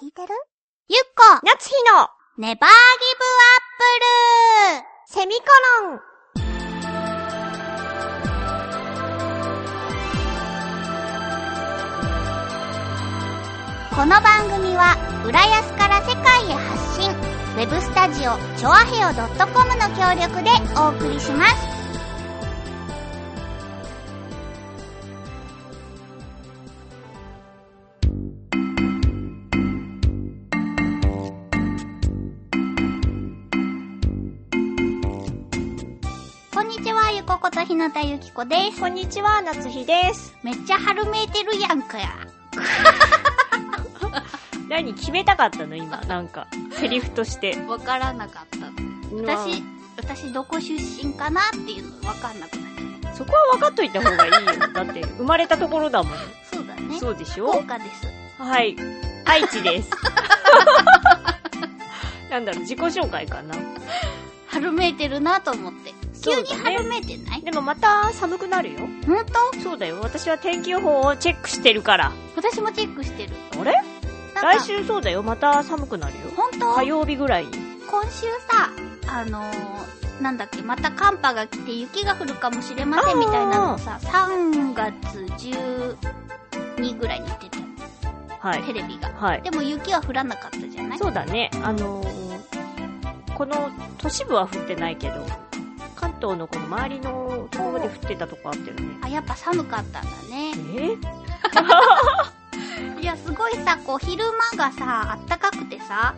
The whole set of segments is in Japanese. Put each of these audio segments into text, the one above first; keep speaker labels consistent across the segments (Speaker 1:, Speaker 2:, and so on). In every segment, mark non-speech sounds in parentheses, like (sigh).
Speaker 1: 聞いてるゆっこ
Speaker 2: 夏日の
Speaker 1: ネバーギブアップル
Speaker 2: セミコロン
Speaker 1: この番組は浦安から世界へ発信ウェブスタジオチョアヘオ .com の協力でお送りしますこんにちはゆこことひなたゆきこです
Speaker 2: こんにちは夏日です
Speaker 1: めっちゃ春めいてるやんかや
Speaker 2: 何決めたかったの今なんかセリフとして
Speaker 1: わからなかった私私どこ出身かなっていうのわかんなくなっちゃう
Speaker 2: そこは分かっといた方がいいよ (laughs) だって生まれたところだもん
Speaker 1: そうだね
Speaker 2: そうでし
Speaker 1: 福
Speaker 2: ょ
Speaker 1: 岡です
Speaker 2: はい愛知です (laughs) なんだろう自己紹介かな
Speaker 1: 春めいてるなと思って
Speaker 2: そ
Speaker 1: 急
Speaker 2: う
Speaker 1: に
Speaker 2: だね
Speaker 1: 春めいてない
Speaker 2: でもまた寒くなるよ
Speaker 1: ほんと
Speaker 2: そうだよ私は天気予報をチェックしてるから
Speaker 1: 私もチェックしてる
Speaker 2: あれ
Speaker 1: なん
Speaker 2: 来
Speaker 1: か
Speaker 2: 週そうだよまた寒くなるよ
Speaker 1: ほんと
Speaker 2: 火曜日ぐらいに
Speaker 1: 今週さあのー、なんだっけまた寒波が来て雪が降るかもしれませんみたいなのをさ3月12ぐらいに言ってた
Speaker 2: はい
Speaker 1: テレビが
Speaker 2: はい
Speaker 1: でも雪は降らなかったじゃない
Speaker 2: そうだねあのー、この都市部は降ってないけど関東のこの周りの方で降ってたとこあったよね
Speaker 1: あやっぱ寒かったんだね
Speaker 2: えー
Speaker 1: いや、すごいさ、こう、昼間がさ、あったかくてさ、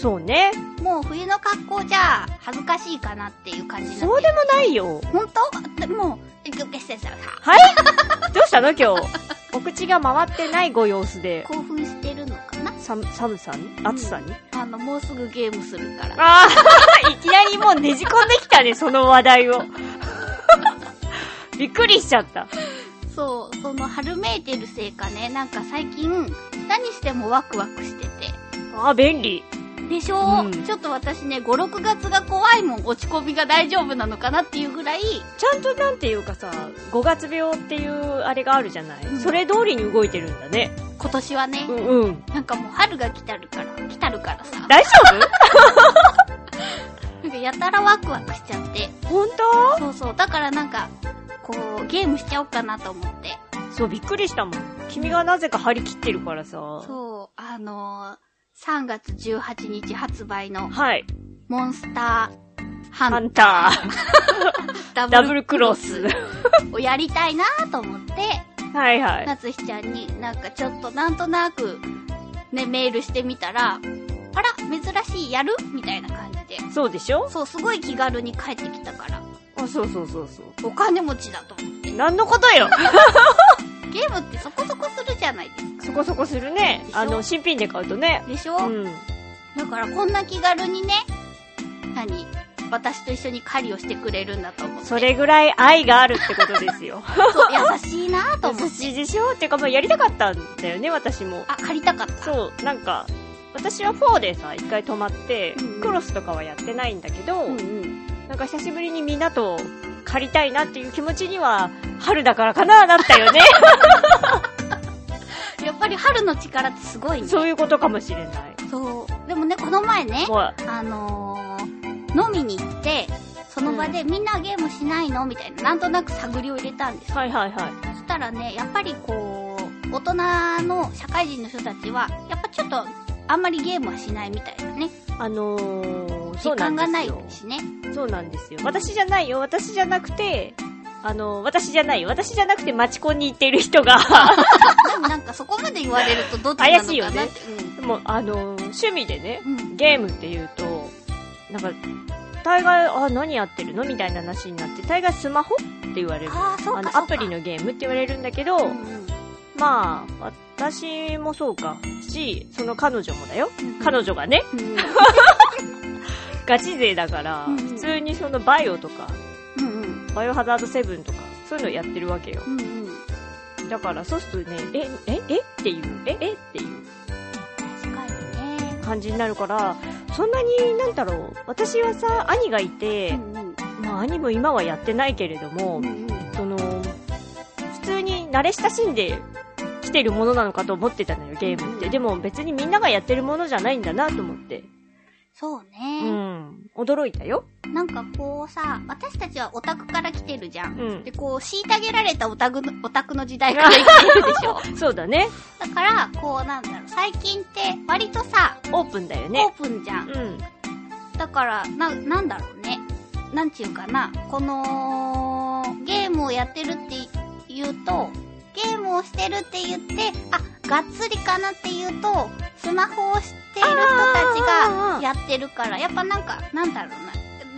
Speaker 2: そうね
Speaker 1: もう冬の格好じゃ、恥ずかしいかなっていう感じにな
Speaker 2: そうでもないよ
Speaker 1: ほんとでも、えっと、ゲッセンさんさ、
Speaker 2: どうしたの今日お口が回ってないご様子で
Speaker 1: 興奮してるのかな
Speaker 2: 寒寒さに暑さに、
Speaker 1: あの、もうすぐゲームするから。
Speaker 2: ああ、 (laughs) いきなりもうねじ込んできたね、その話題を。 (laughs) びっくりしちゃった。
Speaker 1: そう、その、春めいてるせいかね、なんか最近、何してもワクワクしてて。
Speaker 2: ああ、便利。
Speaker 1: でしょ、
Speaker 2: うん
Speaker 1: ちょっと私ね、5、6月が怖いもん、落ち込みが大丈夫なのかなっていうぐらい、
Speaker 2: ちゃんとなんていうかさ、5月病っていうあれがあるじゃない、
Speaker 1: うん
Speaker 2: それ通りに動いてるんだね。
Speaker 1: 今年はね
Speaker 2: う、んうん。
Speaker 1: なんかもう春が来たるから、来たるからさ。
Speaker 2: 大丈
Speaker 1: なんかやたらワクワクしちゃって。
Speaker 2: 夫本当
Speaker 1: そうそう。だからなんか、こう、ゲームしちゃおうかなと思って。
Speaker 2: そう、びっくりしたもん。君がなぜか張り切ってるからさ。
Speaker 1: そう、あのー、3月18日発売の、
Speaker 2: はい。
Speaker 1: モンスターハ
Speaker 2: ハ
Speaker 1: ン
Speaker 2: ンタ
Speaker 1: ダ
Speaker 2: ー、ダブルクロス。
Speaker 1: をやりたいなと思って、
Speaker 2: はいはい。
Speaker 1: 夏日ちゃんになんかちょっとなんとなく、ね、メールしてみたら、あら、珍しい、やるみたいな感じで。
Speaker 2: そうでしょ
Speaker 1: そう、すごい気軽に帰ってきたから、
Speaker 2: あ、そうそうそうそう。
Speaker 1: お金持ちだと思って。
Speaker 2: 何のことよ
Speaker 1: ゲームってそこそこするじゃないですか。
Speaker 2: そこそこするね
Speaker 1: で。しょ
Speaker 2: あの、新品で買うとね。
Speaker 1: でしょ、
Speaker 2: うん。
Speaker 1: だからこんな気軽にね、何私と一緒に狩りをしてくれるんだと思って。 (laughs)
Speaker 2: それぐらい愛があるってことですよ。
Speaker 1: そう優しいなと思
Speaker 2: 優 (laughs)
Speaker 1: って。
Speaker 2: しいでしょっていうか、まあ、やりたかったんだよね、私も。
Speaker 1: あ、借りたかった。
Speaker 2: そう、なんか、私は4でさ、一回泊まって、
Speaker 1: うんうん
Speaker 2: クロスとかはやってないんだけど、
Speaker 1: うんうん。
Speaker 2: なんか久しぶりにみんなと借りたいなっていう気持ちには、春だからかな、なっ
Speaker 1: (laughs)
Speaker 2: たよね。
Speaker 1: やっぱり春の力ってすごいね。
Speaker 2: そういうことかもしれない。
Speaker 1: そう。でもね、この前ね、
Speaker 2: もう、
Speaker 1: あのー、飲みに行って、その場でみんなゲームしないのみたいな、なんとなく探りを入れたんです。
Speaker 2: はいはいはい。
Speaker 1: そしたらね、やっぱりこう、大人の社会人の人たちは、やっぱちょっと、あんまりゲームはしないみたいなね。
Speaker 2: あのー、
Speaker 1: 時
Speaker 2: そうな
Speaker 1: 間
Speaker 2: ん
Speaker 1: がない
Speaker 2: です
Speaker 1: しね。
Speaker 2: よ。そうなんですよ。私じゃないよ、私じゃなくて、あのー、私じゃないよ、私じゃなくて町コンに行っている人
Speaker 1: (laughs)
Speaker 2: が、
Speaker 1: でもなんかそこまで言われるとどっちなのかなって。
Speaker 2: 怪しいよねもう、あのー、趣味でね、
Speaker 1: うん。うん。
Speaker 2: ゲームって言うと、なんか、大概、あ、何やってるのみたいな話になって、大概スマホって言われる。
Speaker 1: ああ、そうかそう
Speaker 2: あの、
Speaker 1: か。
Speaker 2: アプリのゲームって言われるんだけど、
Speaker 1: うんうん。
Speaker 2: まあ、私もそうか、し、その彼女もだよ。彼女がね、
Speaker 1: うん
Speaker 2: ガチ勢だから、
Speaker 1: うん
Speaker 2: 普通にそのバイオとか、
Speaker 1: うんうん。
Speaker 2: バイオハザード7とか、そういうのやってるわけよ。
Speaker 1: うんうん。
Speaker 2: だから、そうするとね、え、え、えっていう、え、えっていう。
Speaker 1: 確かにね。
Speaker 2: 感じになるから、そんなに、なんだろう、私はさ、兄がいて、
Speaker 1: うんうん。
Speaker 2: まあ、兄も今はやってないけれども、
Speaker 1: うんうん。
Speaker 2: その、普通に慣れ親しんで来てるものなのかと思ってたのよ、ゲームっって、でも別にみんながやってるものじゃないんだなと思って。
Speaker 1: そう
Speaker 2: う
Speaker 1: ね、
Speaker 2: ん。驚いたよ。
Speaker 1: なんかこうさ、私たちはオタクから来てるじゃん。
Speaker 2: うん
Speaker 1: で、こう、虐げられたオタクの、オタクの時代から生きてるでしょ
Speaker 2: そうだね。
Speaker 1: だから、こうなんだろう、最近って割とさ、
Speaker 2: オープンだよ
Speaker 1: オー
Speaker 2: ね。
Speaker 1: プンじゃん。
Speaker 2: うん。
Speaker 1: だから、な、なんだろうね。なんちゅうかな、この、ゲームをやってるって言うと、ゲームをしてるって言って、あ、がっつりかなって言うと、スマホをしている人たちがやってるから、やっぱなんか、なんだろうな。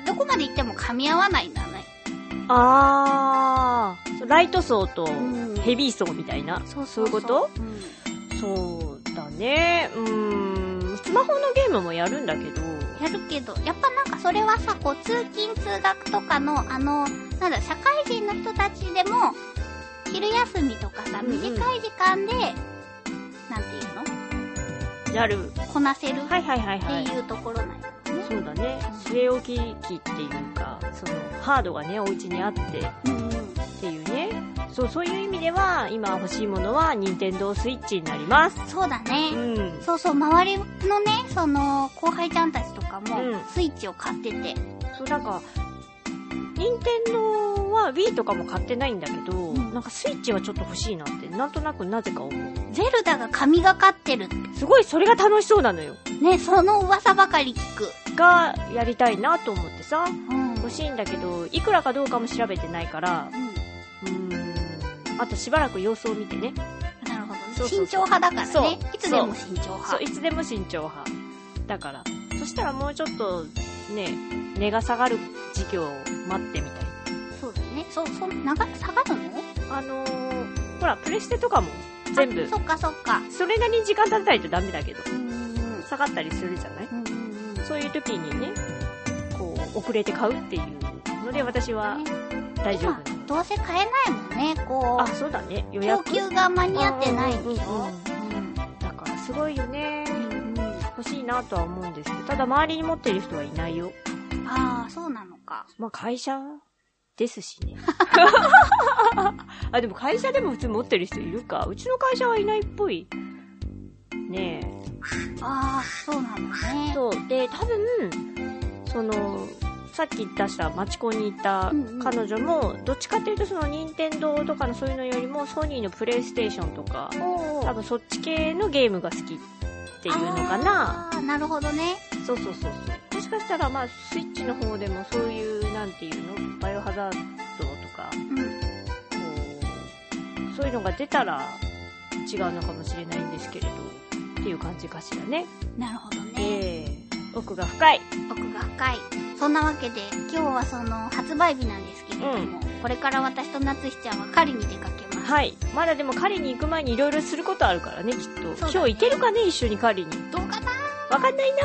Speaker 1: どこまで行っても噛み合わないんだね。
Speaker 2: あー。ライト層と
Speaker 1: ん
Speaker 2: ヘビー層みたいな。
Speaker 1: そう
Speaker 2: そういうこと
Speaker 1: うん
Speaker 2: そうだね。うーん。スマホのゲームもやるんだけど。
Speaker 1: やるけど、やっぱなんかそれはさ、こう、通勤通学とかの、あの、なんだ、社会人の人たちでも、昼休みとかさ、
Speaker 2: うんうん
Speaker 1: 短い時間で、なんていうの
Speaker 2: やる。
Speaker 1: こなせるっ
Speaker 2: はいはいはいはい。
Speaker 1: ていうところなんよね。
Speaker 2: そうだね。据え置き機っていうか、その、ハードがね、お家にあってっ
Speaker 1: うんうん。
Speaker 2: ていうね。そう、そういう意味では、今欲しいものは、任天堂スイッチになります。
Speaker 1: そうだ
Speaker 2: う
Speaker 1: ね。
Speaker 2: ん。
Speaker 1: そうそう、周りのね、その、後輩ちゃんたちとかも
Speaker 2: うん、
Speaker 1: スイッチを買ってて。
Speaker 2: そう、なんか、任天堂は Wii とかも買ってないんだけど、
Speaker 1: ん
Speaker 2: なんかスイッチはちょっと欲しいなって、なんとなくなぜか思う。
Speaker 1: ゼルダが神がかってるって。
Speaker 2: すごい、それが楽しそうなのよ。
Speaker 1: ね、その噂ばかり聞く。
Speaker 2: が、やりたいなと思ってさ、
Speaker 1: うん。
Speaker 2: 欲しいんだけど、いくらかどうかも調べてないから、
Speaker 1: うん。
Speaker 2: うーん。あとしばらく様子を見てね。
Speaker 1: なるほどね。
Speaker 2: そうそうそう
Speaker 1: 慎重派だから
Speaker 2: そう
Speaker 1: ね。いつでも慎重派
Speaker 2: そう、。いつでも慎重派。だから。そしたらもうちょっと、ね、値が下がる時期を待ってみたい。
Speaker 1: そうだね。そう、そん、長、下がるの
Speaker 2: あのー、ほら、プレステとかも全部
Speaker 1: あ、そっかそっか。
Speaker 2: それなりに時間経たないとダメだけど、
Speaker 1: うーん。
Speaker 2: 下がったりするじゃない
Speaker 1: うんうんうん。
Speaker 2: そういう時にね、こう、遅れて買うっていうので、私は大丈
Speaker 1: 今
Speaker 2: 夫なの。、
Speaker 1: どうせ買えないもんね、こ
Speaker 2: あ、
Speaker 1: う。
Speaker 2: そうだね。予
Speaker 1: 供
Speaker 2: 約。
Speaker 1: 給が間に合ってないでし
Speaker 2: うんうん
Speaker 1: ょ
Speaker 2: うん。だからすごいよね。
Speaker 1: うんうん
Speaker 2: 欲しいなとは思うんですけど、ただ周りに持ってる人はいないよ。
Speaker 1: ああ、そうなのか。
Speaker 2: まあ会社ですしね。 (laughs) あ、でも会社でも普通持ってる人いるか。うちの会社はいないっぽい。ね
Speaker 1: ああ、そうなの
Speaker 2: え。
Speaker 1: ね。
Speaker 2: そう。で、多分、その、さっき出した町コンに行った
Speaker 1: うんうん
Speaker 2: 彼女も、どっちかっていうとその任天堂とかのそういうのよりも、ソニーのプレイステーションとか、
Speaker 1: お
Speaker 2: 多分そっち系のゲームが好きっていうのかな。
Speaker 1: あーなるほどね。
Speaker 2: そうそうそうそう。もしかしたら、まあ、スイッチの方でもそういう、なんていうのバイオハザードとか、
Speaker 1: うん。
Speaker 2: こうそういうのが出たら違うのかもしれないんですけれどっていう感じかしらね。
Speaker 1: なるほどね。
Speaker 2: ええ奥が深い。
Speaker 1: 奥が深い。そんなわけで、今日はその、発売日なんですけれども、これから私と夏日ちゃんは狩りに出かけます。
Speaker 2: はい。まだでも狩りに行く前にいろいろすることあるからね、きっと。
Speaker 1: そうだね
Speaker 2: 今日行けるかね、一緒に狩りに。
Speaker 1: どうかな
Speaker 2: わかんないな。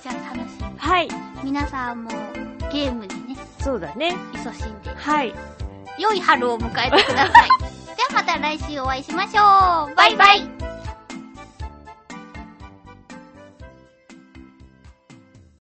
Speaker 1: じゃあ楽しみに。
Speaker 2: はい。
Speaker 1: 皆さんもゲームにね、
Speaker 2: そうだね。
Speaker 1: 勤しんで、
Speaker 2: はい。
Speaker 1: 良い春を迎えてください。ではまた来週お会いしましょう。バイバイ